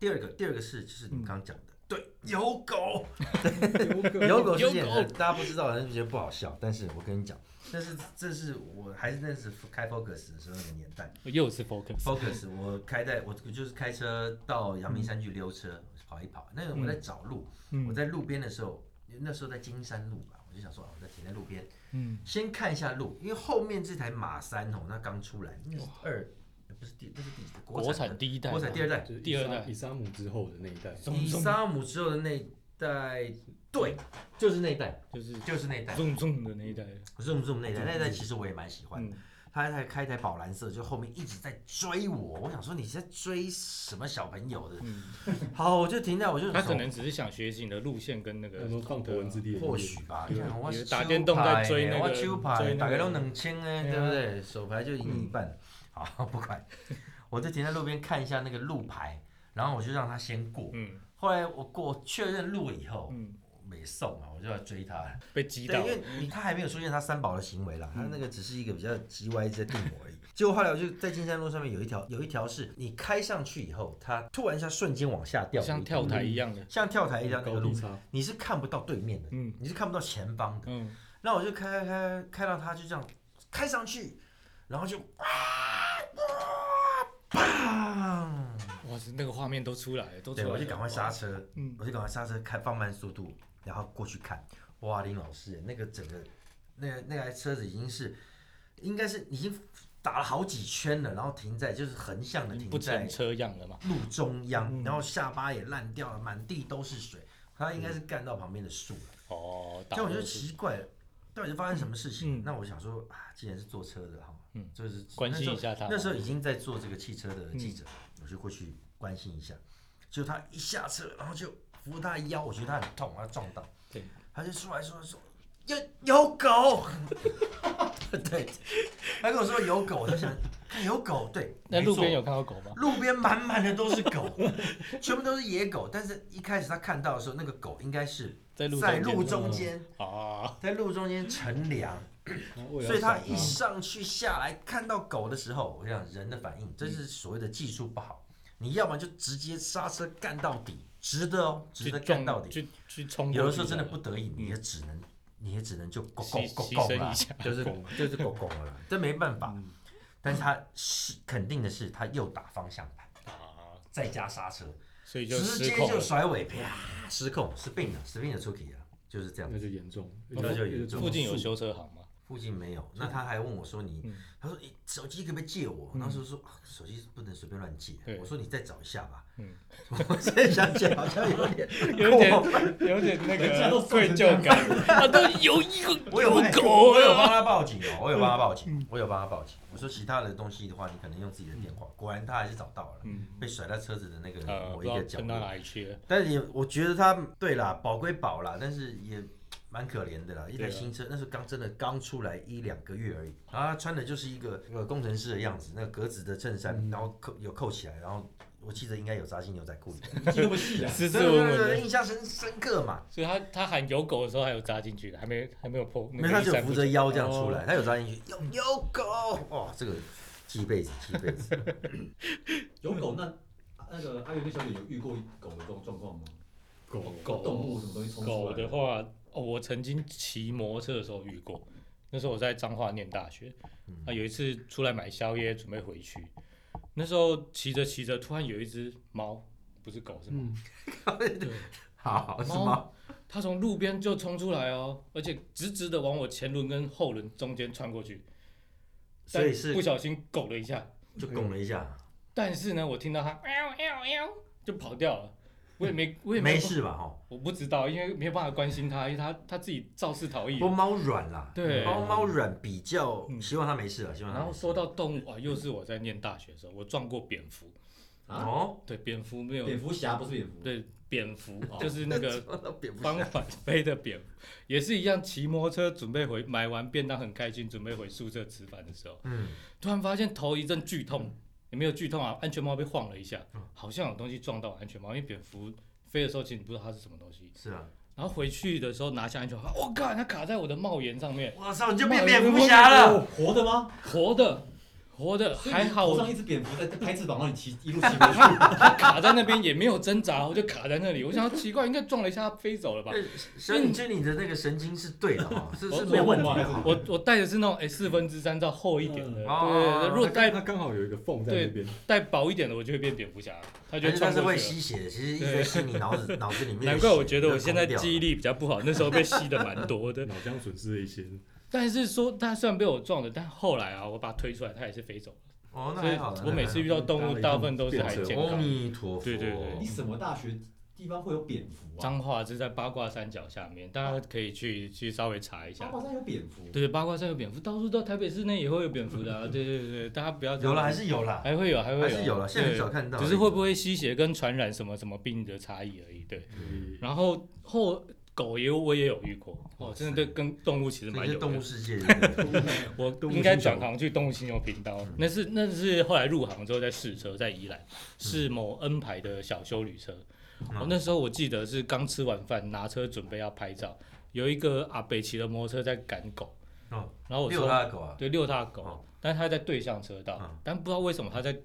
Speaker 4: 第二个，第二个是就是你们刚刚讲
Speaker 3: 嗯
Speaker 4: 的，对，有狗，
Speaker 2: 有可能
Speaker 4: 有狗是件
Speaker 3: 有狗
Speaker 4: 很大家不知道，人觉得不好笑，但是我跟你讲，但是这是我还是那是开 Focus 的时候那个年代
Speaker 3: 又是 focus，
Speaker 4: ，Focus 我开在我就是开车到阳明山去溜车，跑一跑，那个我在找路，我在路边的时候，那时候在金山路吧，我就想说啊，我在停在路边，
Speaker 3: 嗯，
Speaker 4: 先看一下路，因为后面这台马三哦，那刚出来，那是二，呃不是第，那是第几代
Speaker 3: 嗯国
Speaker 4: 产的
Speaker 3: 产第一代嘛，
Speaker 4: 国产第二代，
Speaker 2: 就 是
Speaker 3: 第二代
Speaker 2: 以沙姆之后的那一代，
Speaker 3: 中
Speaker 4: 以
Speaker 3: 中
Speaker 4: 沙姆之后的那一代，对，就是那一代，
Speaker 3: 就是
Speaker 4: 就是那一代，
Speaker 3: 重重的那一代，
Speaker 4: zoom zoom 那一代，那一代其实我也蛮喜欢的。他还开一台宝蓝色，就后面一直在追我，我想说你是在追什么小朋友的？
Speaker 3: 嗯，
Speaker 4: 好，我就停在，我就
Speaker 3: 他可能只是想学习你的路线跟那
Speaker 2: 有
Speaker 3: 个
Speaker 2: 没有放头 文字 D 的音乐？
Speaker 4: 啊或许吧，你看我
Speaker 3: 也
Speaker 4: 是
Speaker 3: 嗯打
Speaker 4: 手
Speaker 3: 电动在追
Speaker 4: 牌
Speaker 3: 那
Speaker 4: 我
Speaker 3: 个
Speaker 4: 手牌
Speaker 3: 追那
Speaker 4: 大概
Speaker 3: 个
Speaker 4: 都两千哎，
Speaker 3: 对啊
Speaker 4: 对不对？手牌就赢你一半，
Speaker 3: 嗯
Speaker 4: 好不管， 我就停在路边看一下那个路牌，然后我就让他先过。
Speaker 3: 嗯
Speaker 4: 后来我过确认路了以后，
Speaker 3: 嗯，
Speaker 4: 我没送啊，我就要追他了。
Speaker 3: 被击
Speaker 4: 对，
Speaker 3: 倒
Speaker 4: 因，为你他还没有出现他三宝的行为
Speaker 3: 嗯
Speaker 4: 啦，他那个只是一个比较叽歪在定我而已。 结果后来我就在金山路上面有一条，有一条是你开上去以后，他突然一下瞬间往下掉，
Speaker 3: 像跳台，一样的，
Speaker 4: 像跳台一哎样那个
Speaker 2: 高
Speaker 4: 路
Speaker 2: 低，差，
Speaker 4: 你是看不到对面的，
Speaker 3: 嗯
Speaker 4: 你是看不到前方的。
Speaker 3: 嗯，
Speaker 4: 那我就开开开开到他就这样开上去，然后就啊啊
Speaker 3: 哇，是那个画面都出来了，都出
Speaker 4: 砰！对，
Speaker 3: 来了，
Speaker 4: 我就赶快刹车，
Speaker 3: 嗯
Speaker 4: 我就赶快刹车开放慢速度，然后过去看，哇，林老师那个整个那个那台车子已经是应该是已经打了好几圈了，然后停在就是横向的
Speaker 3: 已经
Speaker 4: 停
Speaker 3: 不
Speaker 4: 在
Speaker 3: 成车样了嗯嘛，
Speaker 4: 路中央，然后下巴也烂掉了，满地都是水，他
Speaker 3: 嗯
Speaker 4: 应该是干到旁边的树了。
Speaker 3: 哦，打
Speaker 4: 所以我就
Speaker 3: 过去
Speaker 4: 奇怪，到底发生什么事情？
Speaker 3: 嗯
Speaker 4: 那我想说啊，既然是坐车的哈，
Speaker 3: 嗯
Speaker 4: 就是
Speaker 3: 关心一下他嗯
Speaker 4: 那时候。那时候已经在做这个汽车的记者，我就过去关心一下。就他一下车，然后就扶他腰，我觉得他很痛，他撞到，
Speaker 3: 对，
Speaker 4: 他就出来说说有有狗， 对，他跟我说有狗，我就想看有狗，对，
Speaker 3: 那路边
Speaker 4: 没错
Speaker 3: 有看到狗吗？
Speaker 4: 路边满满的都是狗，全部都是野狗，但是一开始他看到的时候，那个狗应该是
Speaker 3: 在路
Speaker 4: 在
Speaker 3: 中
Speaker 4: 路
Speaker 3: 间嗯
Speaker 4: 中间。
Speaker 3: 啊，
Speaker 4: 在路中间乘凉，
Speaker 2: 然后为了
Speaker 4: 所以他
Speaker 2: 要
Speaker 4: 一
Speaker 2: 闪
Speaker 4: 上去下来看到狗的时候，我想人的反应，这是所谓的技术不好。你要不然就直接刹车干到底，值得哦，值
Speaker 3: 去
Speaker 4: 得
Speaker 3: 撞
Speaker 4: 干到底。
Speaker 3: 去去冲过去，
Speaker 4: 有的时候真的不得已，你也只能，你也只能就狗狗
Speaker 3: 牺
Speaker 4: 狗
Speaker 3: 牺
Speaker 4: 狗
Speaker 3: 牲
Speaker 4: 啦
Speaker 3: 一下，嗯
Speaker 4: 就是就是狗狗了啦，这没办法。但是他是肯定的是，他右打方向盘，
Speaker 3: 啊，
Speaker 4: 再加刹车，
Speaker 3: 所以就
Speaker 4: 直
Speaker 3: 失
Speaker 4: 接
Speaker 3: 控
Speaker 4: 就
Speaker 3: 了。
Speaker 4: 甩尾，啪，失控，死病了，死病了，出去了，就是这样。
Speaker 2: 那就严重，
Speaker 4: 哦那就严重
Speaker 3: 附近有
Speaker 2: 修，
Speaker 3: 修车行吗？
Speaker 4: 附近没有，那他还问我说你，
Speaker 3: 嗯
Speaker 4: 他说你手机可不可以借我？那时候说、啊手机不能随便乱借啊
Speaker 3: 对，
Speaker 4: 我说你再找一下吧。
Speaker 3: 嗯
Speaker 4: 我现在想起来好像 有点
Speaker 3: 有点
Speaker 4: 过分
Speaker 3: 有点那
Speaker 1: 人家都
Speaker 3: 个
Speaker 1: 送
Speaker 3: 愧
Speaker 1: 人
Speaker 3: 疚感， 啊，都有一个
Speaker 4: 我有哎帮
Speaker 3: 狗，
Speaker 4: 我有帮他报警哦，我有帮他报警，
Speaker 3: 嗯
Speaker 4: 我有帮他报警。我说其他的东西的话，你可能用自己的电话。
Speaker 3: 嗯
Speaker 4: 果然他还是找到了，被甩在车子的那个
Speaker 3: 呃，
Speaker 4: 某
Speaker 3: 不
Speaker 4: 一
Speaker 3: 知道
Speaker 4: 个角
Speaker 3: 喷到
Speaker 4: 落。
Speaker 3: 哪里去了。
Speaker 4: 但是也我觉得他对啦，宝归宝啦，但是也蛮可怜的啦，一台
Speaker 3: 对啊
Speaker 4: 新车，那时候刚真的刚出来一两个月而已，然后他穿的就是一个呃工程师的样子，那个格子的衬衫，然后扣有扣起来，然后我记得应该有扎进牛仔裤里，
Speaker 1: 记那么细啊？
Speaker 3: 斯斯
Speaker 4: 对对
Speaker 3: 文
Speaker 4: 对
Speaker 3: 文
Speaker 4: 对，
Speaker 3: 的，
Speaker 4: 印象深深刻嘛，
Speaker 3: 所以他他喊有狗的时候还有扎进去的，还没还没有破，
Speaker 4: 没有
Speaker 3: 那
Speaker 4: 他
Speaker 3: 个
Speaker 4: 就
Speaker 3: 衣衫
Speaker 4: 扶
Speaker 3: 不
Speaker 4: 着
Speaker 3: 整
Speaker 4: 腰这样出来，他有扎进去，有有狗哦，这个记一辈子记一辈子，
Speaker 1: 有狗那那个阿元跟小姐有遇过狗的这种状况吗？
Speaker 2: 狗
Speaker 1: 狗动物什么东西冲出来？
Speaker 3: 狗的，话，哦，我曾经骑摩托车的时候遇过，那时候我在彰化念大学，
Speaker 4: 嗯
Speaker 3: 啊，有一次出来买宵夜准备回去，那时候骑着骑着，突然有一只猫，不是狗是猫，
Speaker 2: 嗯，
Speaker 4: 好哦是吗？
Speaker 3: 猫，它从路边就冲出来哦，而且直直的往我前轮跟后轮中间穿过去，
Speaker 4: 所以
Speaker 3: 但
Speaker 4: 是
Speaker 3: 不小心狗了一下，
Speaker 4: 就拱了一下，
Speaker 3: 但是呢，我听到它喵喵喵就跑掉了，我也没我也
Speaker 4: 没
Speaker 3: 有
Speaker 4: 事吧哈，
Speaker 3: 我不知道，因为没有办法关心它，因为它它自己肇事逃
Speaker 4: 不
Speaker 3: 逸
Speaker 4: 过。猫软啦，
Speaker 3: 对
Speaker 4: 猫猫软比较，希望它没事啊，希望它
Speaker 3: 然
Speaker 4: 没
Speaker 3: 后
Speaker 4: 事。
Speaker 3: 说到动物啊，又是我在念大学的时候，我撞过蝙蝠。
Speaker 1: 啊
Speaker 4: 哦，
Speaker 3: 对，蝙蝠没有
Speaker 1: 蝙蝠侠不是蝙蝠，
Speaker 3: 对 蝙蝠
Speaker 1: 哦
Speaker 3: 就是那 个
Speaker 4: 蝙蝠
Speaker 3: 方
Speaker 4: 侠
Speaker 3: 返飞的蝙蝠，也是一样，骑摩托车准备回买完便当很开心，准备回宿舍吃饭的时候，
Speaker 4: 嗯，
Speaker 3: 突然发现头一阵
Speaker 1: 嗯
Speaker 3: 剧痛，也没有剧痛啊，安全帽被晃了一下，好像有东西撞到我安全帽，因为蝙蝠飞的时候其实你不知道它是什么东西，
Speaker 4: 是啊，
Speaker 3: 然后回去的时候拿下安全帽，我靠，它卡在我的帽檐上面，
Speaker 4: 我操，你就变蝙蝠侠
Speaker 3: 啊
Speaker 4: 了！
Speaker 1: 活的吗？
Speaker 3: 活的，活的，
Speaker 1: 所以
Speaker 3: 还好
Speaker 1: 头
Speaker 3: 我
Speaker 1: 上一只蝙蝠在拍翅膀，让你骑一路骑回去。
Speaker 3: 它卡在那边也没有挣扎，我就卡在那里，我想奇怪，应该撞了一下它飞走了吧？嗯
Speaker 4: 所以这你的那个哎神经是对的 哈，是
Speaker 3: 我
Speaker 4: 是 没有问 题
Speaker 1: 我
Speaker 4: 的哈。
Speaker 3: 我我戴的是那种哎四分之三到厚一点的，对
Speaker 4: 嗯哦
Speaker 3: 对对，如果
Speaker 2: 它刚
Speaker 3: 戴
Speaker 2: 它刚好有一个缝在那边，
Speaker 3: 戴薄一点的，我就会变蝙蝠侠，它就
Speaker 4: 而
Speaker 3: 会
Speaker 4: 且它
Speaker 3: 穿
Speaker 4: 哎是
Speaker 3: 过
Speaker 4: 会
Speaker 3: 去了。
Speaker 4: 吸血的，其实一直在吸你 脑子脑子里面的血。
Speaker 3: 难怪我觉得我现在
Speaker 4: 就空掉啊
Speaker 3: 记忆力比较不好，那时候被吸的蛮多的。
Speaker 2: 脑浆损失了一些。
Speaker 3: 但是说，它虽然被我撞的，但后来啊，我把它推出来，它也是飞走了。
Speaker 4: 哦，那
Speaker 3: 所
Speaker 4: 还好
Speaker 3: 以我每次遇到动物，大部分都是还健
Speaker 4: 阿
Speaker 3: 康。
Speaker 4: 弥陀佛，
Speaker 3: 对对对
Speaker 1: 你什么大学地方会有蝙蝠啊？
Speaker 3: 彰化是在八卦山脚下面，大家可以去去稍微查一
Speaker 1: 八
Speaker 3: 下。
Speaker 1: 卦山有蝙蝠，
Speaker 3: 对，八卦山有蝙蝠，到处到台北市内也会有蝙蝠的、 啊。对对对，大家不要
Speaker 4: 有了还是有了，
Speaker 3: 还会有，还会
Speaker 4: 还是有了，现在很少
Speaker 3: 对
Speaker 4: 看到。
Speaker 3: 只是会不会吸血跟传染什么什么病的差异而已。对，
Speaker 4: 嗯
Speaker 3: 然后后狗也我也有遇过，哦，真的对跟动物其实
Speaker 4: 所
Speaker 3: 蛮
Speaker 4: 以
Speaker 3: 有的。
Speaker 4: 是动物世界 的？
Speaker 3: 我
Speaker 2: 动物
Speaker 3: 应该
Speaker 2: 星球
Speaker 3: 转行去动物星球频
Speaker 4: 嗯
Speaker 3: 道，那是那是后来入行之后在试车，在宜兰是某 N 牌的小修旅车。我、
Speaker 4: 嗯
Speaker 3: 哦那时候我记得是刚吃完饭，拿车准备要拍照，有一个阿北骑的摩托车在赶狗，
Speaker 4: 哦
Speaker 3: 然后我
Speaker 4: 遛
Speaker 3: 说
Speaker 4: 它的狗啊，
Speaker 3: 对遛他的狗，
Speaker 4: 哦
Speaker 3: 但是他在对向车道，
Speaker 4: 嗯
Speaker 3: 但不知道为什么他在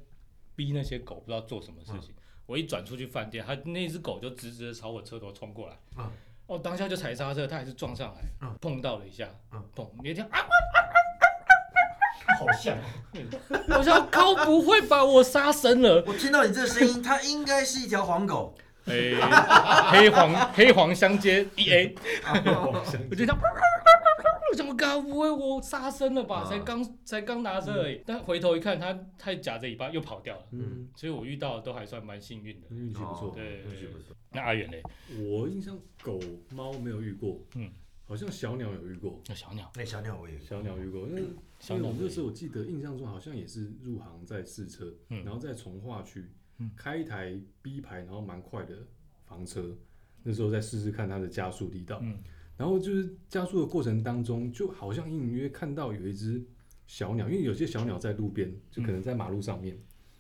Speaker 3: 逼那些狗不知道做什么事情。我一转出去饭店，他那只狗就直直的朝我车头冲过来，
Speaker 4: 嗯
Speaker 3: 哦，当下就踩刹车，他还是撞上来，
Speaker 4: 嗯
Speaker 3: 碰到了一下，
Speaker 4: 嗯
Speaker 3: 碰，你一听啊
Speaker 1: 好像
Speaker 3: 我想靠，不会把我杀生 了？
Speaker 4: 我听到你这个声音，它应该是一条 黄狗。
Speaker 3: 哎、 黑黄黑黄相接一 A，我
Speaker 4: 啊
Speaker 3: 就想， 我怎么搞？不会我杀生了吧？
Speaker 4: 啊
Speaker 3: 才刚才刚拿着而已，但回头一看，他他夹着尾巴又跑掉了，
Speaker 2: 嗯，
Speaker 3: 所以我遇到的都还算蛮幸运的。
Speaker 2: 运气不错。
Speaker 3: 对
Speaker 4: 运气哦不错。
Speaker 3: 那阿远嘞？
Speaker 2: 我印象狗猫没有遇过，
Speaker 3: 嗯
Speaker 2: 嗯，好像小鸟有遇过，
Speaker 3: 那小鸟，
Speaker 4: 哎那小鸟我也
Speaker 2: 小鸟遇过。那
Speaker 3: 小
Speaker 2: 因
Speaker 3: 鸟
Speaker 2: 为我那时候我记得印象中好像也是入行在试车，
Speaker 3: 嗯
Speaker 2: 然后在从化区
Speaker 3: 嗯
Speaker 2: 开一台 B 牌，然后蛮快的房车，那时候再试试看它的加速力道。
Speaker 3: 嗯
Speaker 2: 然后就是加速的过程当中，就好像隐隐约看到有一只小鸟，因为有些小鸟在路
Speaker 3: 嗯
Speaker 2: 边，就可能在马路上面，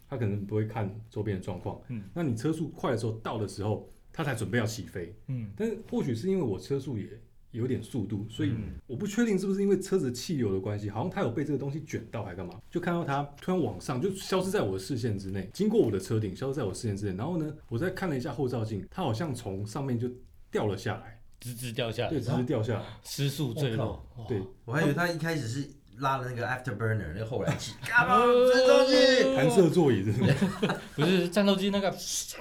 Speaker 2: 它可能不会看周边的状况。
Speaker 3: 嗯，
Speaker 2: 那你车速快的时候到的时候，它才准备要起飞。
Speaker 3: 嗯，
Speaker 2: 但是或许是因为我车速也有点速度，所以我不确定是不是因为车子气流的关系，好像它有被这个东西卷到，还干嘛？就看到它突然往上，就消失在我的视线之内，经过我的车顶，消失在我视线之内。然后呢，我再看了一下后照镜，它好像从上面就掉了下来，
Speaker 3: 直直掉下来
Speaker 2: 对，，直接掉下来，
Speaker 3: 失速坠落，哇
Speaker 2: 对，
Speaker 4: 我还以为他一开始是拉了那个 afterburner，那个后来起， 干
Speaker 3: 啊
Speaker 4: 嘛这东西？
Speaker 2: 弹射座椅真的。
Speaker 3: 不是战斗机那个，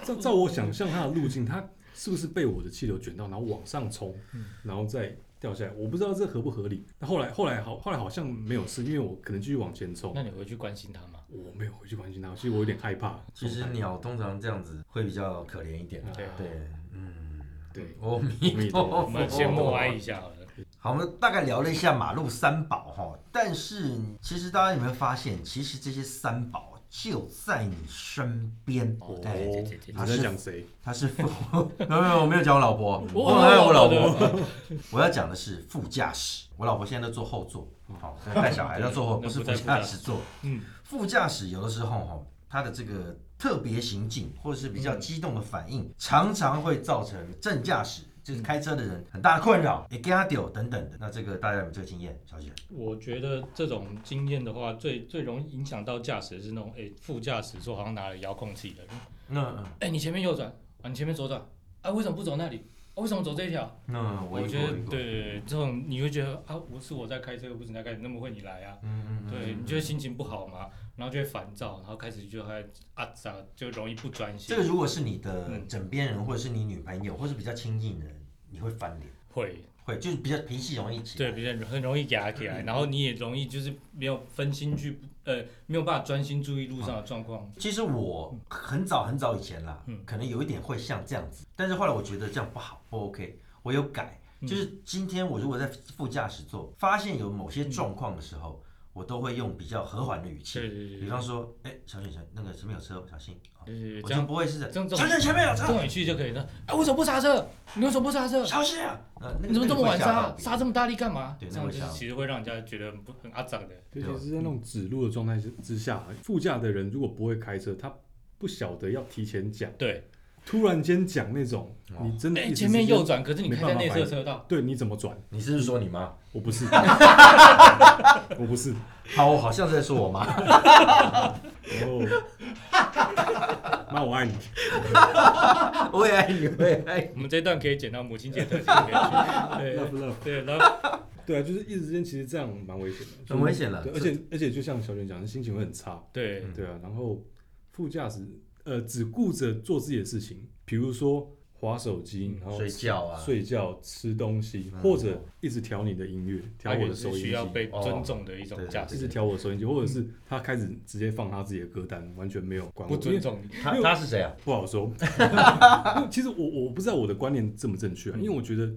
Speaker 2: 照照我想象它的路径，它是不是被我的气流卷到，然后往上冲，然后再掉下来？我不知道这合不合理。那后来后来好后来好像没有事，因为我可能继续往前冲。
Speaker 3: 那你回去关心他吗？
Speaker 2: 我没有回去关心它，其实我有点害怕。
Speaker 4: 其实鸟通常这样子会比较可怜一点。
Speaker 3: 对
Speaker 4: 对， 嗯，
Speaker 2: 啊对，
Speaker 4: 阿弥陀佛。
Speaker 3: 我们啊先默哀一下好了。
Speaker 4: 好，我们大概聊了一下马路三宝哈，但是其实大家有没有发现，其实这些三宝就在你身边。
Speaker 3: 哦
Speaker 4: 哎
Speaker 3: 对对对
Speaker 2: 你
Speaker 4: 它
Speaker 2: 在
Speaker 4: 是
Speaker 2: 讲谁？
Speaker 4: 它是副， 没有没有，我没有讲我老婆，
Speaker 3: 我
Speaker 4: 我还有我老
Speaker 3: 我
Speaker 4: 婆。我要讲的是副驾驶，我老婆现在都坐后座，好，带小孩要坐后，
Speaker 3: 对
Speaker 4: 不是
Speaker 3: 哦 那
Speaker 4: 副
Speaker 3: 不在
Speaker 4: 驾驶座。
Speaker 3: 嗯，
Speaker 4: 副驾驶有的时候哈，他的这个特别行径或者是比
Speaker 3: 嗯
Speaker 4: 较激动的反应，常常会造成正驾驶。就是开车的人很大的困扰，也给他丢等等的。那这个大家有这个经验，小姐？
Speaker 3: 我觉得这种经验的话，最最容易影响到驾驶的是那种，哎、副驾驶座好像拿了遥控器的人，
Speaker 4: 那
Speaker 3: 哎、你前面右转啊，你前面左转，啊，为什么不走那里？啊，为什么走这一条？
Speaker 4: 那
Speaker 3: 我觉得，对对对，这种你会觉得啊，我是我在开车，又不是你在开，那么会你来啊？
Speaker 4: 嗯嗯
Speaker 3: 对，你就会心情不好嘛，然后就会烦躁，然后开始就会啊咋，就容易不专心
Speaker 4: 这个。如果是你的
Speaker 3: 嗯
Speaker 4: 枕边人，或者是你女朋友，或是比较亲近的人，你会翻脸，
Speaker 3: 会，
Speaker 4: 会就是比较脾气容易起。
Speaker 3: 对，，比较很容易压起来，
Speaker 4: 嗯
Speaker 3: 然后你也容易就是没有分心去，呃，没有办法专心注意路上的状况。
Speaker 4: 其实我很早很早以前啦，
Speaker 3: 嗯
Speaker 4: 可能有一点会像这样子，但是后来我觉得这样不好，不 OK，我有改。
Speaker 3: 嗯
Speaker 4: 就是今天我如果在副驾驶座发现有某些状况的时候，我都会用比较和缓的语
Speaker 3: 对
Speaker 4: 气，
Speaker 3: 对对
Speaker 4: 比方说，哎，小姐，小姐那个前面有车，小心。哦
Speaker 3: 对对对，
Speaker 4: 我
Speaker 3: 这
Speaker 4: 就
Speaker 3: 样
Speaker 4: 不会是这
Speaker 3: 这样
Speaker 4: 样，
Speaker 3: 这
Speaker 4: 小
Speaker 3: 种
Speaker 4: 姐前面有
Speaker 3: 这
Speaker 4: 车，
Speaker 3: 种语气就可以了。哎，为什么不刹车？你为什么不刹车？
Speaker 4: 小心啊！呃，那个
Speaker 3: 你怎么这么晚啊
Speaker 4: 会吓到
Speaker 3: 刹？
Speaker 4: 别人
Speaker 3: 刹这么大力干嘛？
Speaker 4: 对
Speaker 3: 这
Speaker 4: 那
Speaker 3: 样
Speaker 4: 会
Speaker 3: 就是
Speaker 4: 吓到
Speaker 3: 其实会让人家觉得很不很阿脏的。
Speaker 2: 尤其是在那种指路的状态之之下，副驾的人如果不会开车，他不晓得要提前讲，
Speaker 3: 对，
Speaker 2: 突然间讲那种，
Speaker 4: 哦
Speaker 2: 你真的
Speaker 3: 哎、
Speaker 2: 一时
Speaker 3: 前面
Speaker 2: 之间
Speaker 3: 右转，可是你开在内侧车道，
Speaker 2: 对，你怎么转？
Speaker 4: 你是不是说你妈？
Speaker 2: 我不 是，我不是。
Speaker 4: 好，我好像是在说我妈。
Speaker 2: 哦，妈，我爱你。
Speaker 4: 我也爱你，我也爱你。
Speaker 3: 我们这一段可以剪到母亲节特辑 里面
Speaker 2: Love, love
Speaker 3: 去。对对，然后
Speaker 2: 对啊，就是一时之间其实这样蛮危险的，
Speaker 4: 很危险了
Speaker 2: 对，而且而且就像小卷讲的，心情会很差。
Speaker 3: 对
Speaker 2: 对啊，然后副驾驶呃只顾着做自己的事情，比如说划手
Speaker 3: 嗯
Speaker 2: 机，然后
Speaker 4: 睡觉啊，
Speaker 2: 睡觉、吃东西，或者一直调你的音乐，调
Speaker 3: 他
Speaker 2: 我
Speaker 3: 也
Speaker 2: 的
Speaker 3: 是
Speaker 2: 收音
Speaker 3: 需要
Speaker 2: 机，
Speaker 3: 被尊重的一嗯
Speaker 4: 哦对
Speaker 3: 种
Speaker 4: 对
Speaker 3: 价
Speaker 2: 一
Speaker 3: 值，
Speaker 2: 直调我的收音机，或者是他开始直接放他自己的歌单，完全没有管
Speaker 3: 不
Speaker 2: 我，因
Speaker 3: 尊
Speaker 2: 为
Speaker 3: 重你。
Speaker 4: 他他是谁啊？
Speaker 2: 不 好说。因为其实我我不知道我的观念正不正确、啊，因为我觉得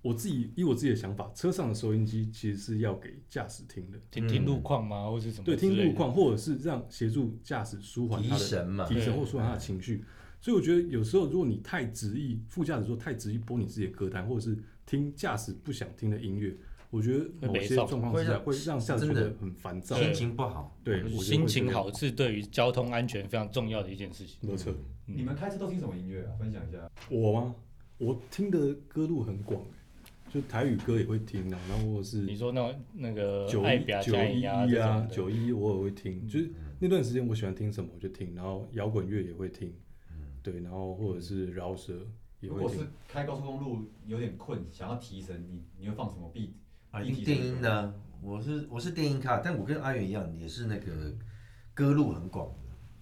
Speaker 2: 我自己以我自己的想法，车上的收音机其实是要给驾驶听的，
Speaker 3: 听听路况吗，或是什么？
Speaker 2: 嗯对，听路。况或者是让协助驾驶舒缓
Speaker 4: 提
Speaker 2: 他的
Speaker 4: 神嘛，
Speaker 2: 提神
Speaker 3: 对
Speaker 2: 或舒缓他的情绪。所以我觉得有时候如果你太执意，副驾驶说太执意播你自己的歌单，或者是听驾驶不想听的音乐，我觉得某些状况之下
Speaker 4: 会
Speaker 2: 会让驾驶觉
Speaker 4: 真
Speaker 2: 得
Speaker 4: 的
Speaker 2: 很烦躁。
Speaker 4: 心情不好。
Speaker 2: 对，我觉得会
Speaker 3: 心情
Speaker 2: 这样
Speaker 3: 好，是对于交通安全非常重要的一件事情。嗯
Speaker 2: 没错。
Speaker 1: 你们开车都听什么音乐啊？分享一下。
Speaker 2: 我吗？我听的歌路很广、欸，就台语歌也会听啊，然后或者是
Speaker 3: 你说那种那个
Speaker 2: 九
Speaker 3: 爱
Speaker 2: 一
Speaker 3: 表
Speaker 2: 九
Speaker 3: 加
Speaker 2: 一
Speaker 3: 一啊
Speaker 2: 一
Speaker 3: 这种
Speaker 2: 啊
Speaker 3: 的，
Speaker 2: 九一我也会听，就是
Speaker 4: 嗯
Speaker 2: 那段时间我喜欢听什么我就听，然后摇滚乐也会听，对，然后或者是饶舌也
Speaker 1: 如
Speaker 2: 会
Speaker 1: 果
Speaker 2: 听
Speaker 1: 是。开高速公路有点困，想要提神，你你会放什么 beat？
Speaker 4: 啊，一定电音的啊。我是我是电音咖，但我跟阿远一样，也是那个歌路很广的。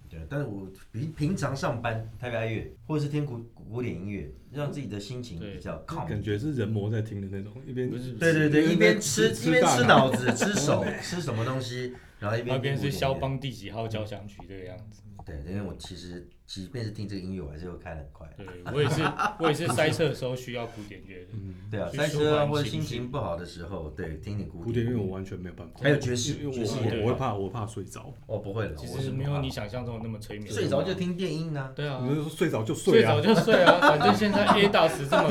Speaker 4: 对，但是我平平常上班，台北爱乐或者是听古古典音乐，让自己的心情比较 calm。
Speaker 2: 感觉是人魔在听的那种，一边
Speaker 3: 不是
Speaker 4: 对对对，
Speaker 2: 一边
Speaker 4: 一边
Speaker 2: 吃
Speaker 4: 吃
Speaker 2: 吃
Speaker 4: 一边
Speaker 2: 大
Speaker 4: 吃脑
Speaker 2: 脑
Speaker 4: 子、吃手、吃什么东西，然后一边
Speaker 3: 那
Speaker 4: 听
Speaker 3: 边
Speaker 4: 古
Speaker 3: 是
Speaker 4: 典
Speaker 3: 肖
Speaker 4: 音乐。
Speaker 3: 邦第几号交响曲这个样子。
Speaker 4: 对，因为我其实即便是听这个音乐，我还是会开得很快。
Speaker 3: 对
Speaker 2: 嗯
Speaker 3: 我也 是，我也是塞车的时候需要古典乐的。
Speaker 4: 对啊，
Speaker 3: 去
Speaker 4: 塞
Speaker 3: 舒
Speaker 4: 车啊
Speaker 3: 缓
Speaker 4: 或者
Speaker 3: 情
Speaker 4: 心
Speaker 3: 绪
Speaker 4: 情不好的时候，对，听点古
Speaker 2: 古典
Speaker 4: 典
Speaker 2: 乐
Speaker 4: 乐。
Speaker 2: 我完全没有办法。
Speaker 4: 还有爵士
Speaker 2: 因为
Speaker 4: 爵士
Speaker 2: 我
Speaker 4: 也
Speaker 2: 我
Speaker 3: 有
Speaker 2: 我会怕我怕睡着，
Speaker 4: 哦，不会了，
Speaker 3: 其
Speaker 4: 我是
Speaker 3: 实
Speaker 4: 不
Speaker 3: 没有
Speaker 4: 怕
Speaker 3: 你想象中的那么催眠。
Speaker 4: 睡着就听电音啊。
Speaker 3: 对啊
Speaker 2: 你，就说睡着就
Speaker 3: 睡
Speaker 2: 睡
Speaker 3: 着
Speaker 2: 啊，
Speaker 3: 就睡啊，反正现在 A 大师这么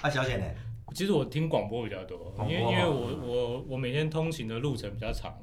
Speaker 4: 啊，小姐呢？
Speaker 3: 其实我听广播比较多，
Speaker 4: 广播啊
Speaker 3: 因为因为我我我每天通勤的路程比较长，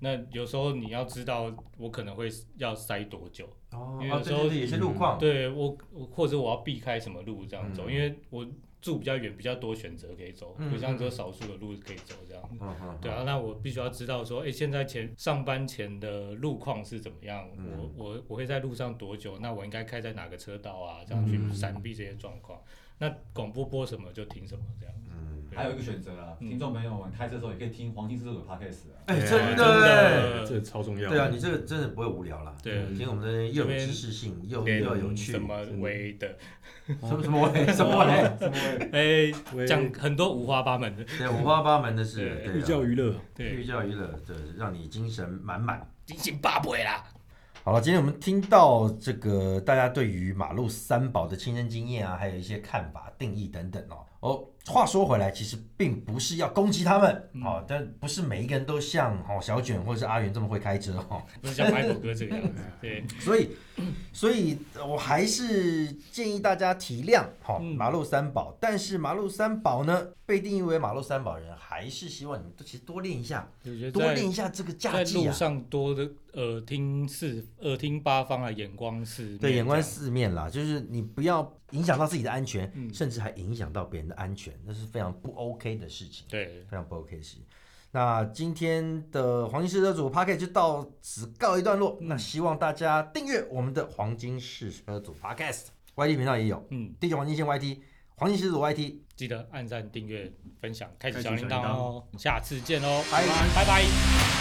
Speaker 3: 那有时候你要知道我可能会要塞多久，
Speaker 4: 哦，
Speaker 3: 因为
Speaker 4: 哦
Speaker 3: 有时
Speaker 4: 对
Speaker 3: 候
Speaker 4: 对对，有些路况，
Speaker 3: 对我我或者我要避开什么路这样走，
Speaker 4: 嗯
Speaker 3: 因为我住比较远，比较多选择可以走，
Speaker 4: 嗯
Speaker 3: 不像只有少数的路可以走这样。
Speaker 4: 嗯嗯，
Speaker 3: 对啊，那我必须要知道说，哎、现在前上班前的路况是怎么样？
Speaker 4: 嗯
Speaker 3: 我我我会在路上多久？那我应该开在哪个车道啊？这样去
Speaker 4: 嗯
Speaker 3: 闪避这些状况。那广播播什么就听什么这样。
Speaker 4: 嗯，
Speaker 3: 对
Speaker 1: 还有一个选择啊，
Speaker 3: 嗯
Speaker 1: 听众朋友们开车的时候也可以听黄金制作的 podcast 啊。
Speaker 4: 哎，
Speaker 2: 对啊
Speaker 4: 真
Speaker 2: 真
Speaker 4: 的
Speaker 3: 的
Speaker 2: 这超重
Speaker 4: 哎，
Speaker 2: 要。
Speaker 4: 对啊，你这个真的不会无聊啦。
Speaker 3: 对
Speaker 4: 今天我们这边又有知识性，又
Speaker 3: 连
Speaker 4: 又有趣，
Speaker 3: 什么微的，
Speaker 4: 什么什么喂 什么嘞？
Speaker 1: 什么
Speaker 3: 哎，
Speaker 2: 喂
Speaker 3: 讲很多五花八门的，
Speaker 4: 对，五花八门的事，
Speaker 3: 对
Speaker 4: 对啊
Speaker 2: 寓教于乐，
Speaker 4: 寓
Speaker 3: 对，
Speaker 4: 教于乐，对，让你精神满满。
Speaker 3: 已经八倍啦。
Speaker 4: 好了，今天我们听到这个大家对于马路三宝的亲身经验啊，还有一些看法、定义等等哦。哦，话说回来，其实并不是要攻击他们、
Speaker 3: 嗯
Speaker 4: 哦，但不是每一个人都像哦小卷或者是阿元这么会开车哦，
Speaker 3: 不是像 Michael 哥这个 样子，对，
Speaker 4: 所以， 所以呃我还是建议大家体谅哈、
Speaker 3: 嗯
Speaker 4: 马路三宝。但是马路三宝呢，被定义为马路三宝人，还是希望你们都其实多练一下，
Speaker 3: 我觉得
Speaker 4: 多
Speaker 3: 在
Speaker 4: 练一下这个
Speaker 3: 在
Speaker 4: 架技
Speaker 3: 路
Speaker 4: 啊。
Speaker 3: 上多的耳听四耳听八方啊，眼光四
Speaker 4: 对，
Speaker 3: 面
Speaker 4: 眼观
Speaker 3: 这样
Speaker 4: 四面啦，就是你不要影响到自己的安全，
Speaker 3: 嗯
Speaker 4: 甚至还影响到别人的安全，那是非常不 OK 的事情，
Speaker 3: 对，
Speaker 4: 非常不 OK 的事情。那今天的黄金试车组 p a c k e t 就到此告一段落。
Speaker 3: 嗯
Speaker 4: 那希望大家订阅我们的黄金试车组 Podcast YT 频道也有，
Speaker 3: 嗯，
Speaker 4: 地球黄金线 YT，黄金狮子 YT，
Speaker 3: 记得按赞、订阅、分享、开启
Speaker 2: 开启
Speaker 3: 小铃
Speaker 2: 小
Speaker 3: 铛
Speaker 2: 铃铛
Speaker 3: 哦，下次见喽，
Speaker 4: 哦拜
Speaker 3: 拜拜。
Speaker 2: 拜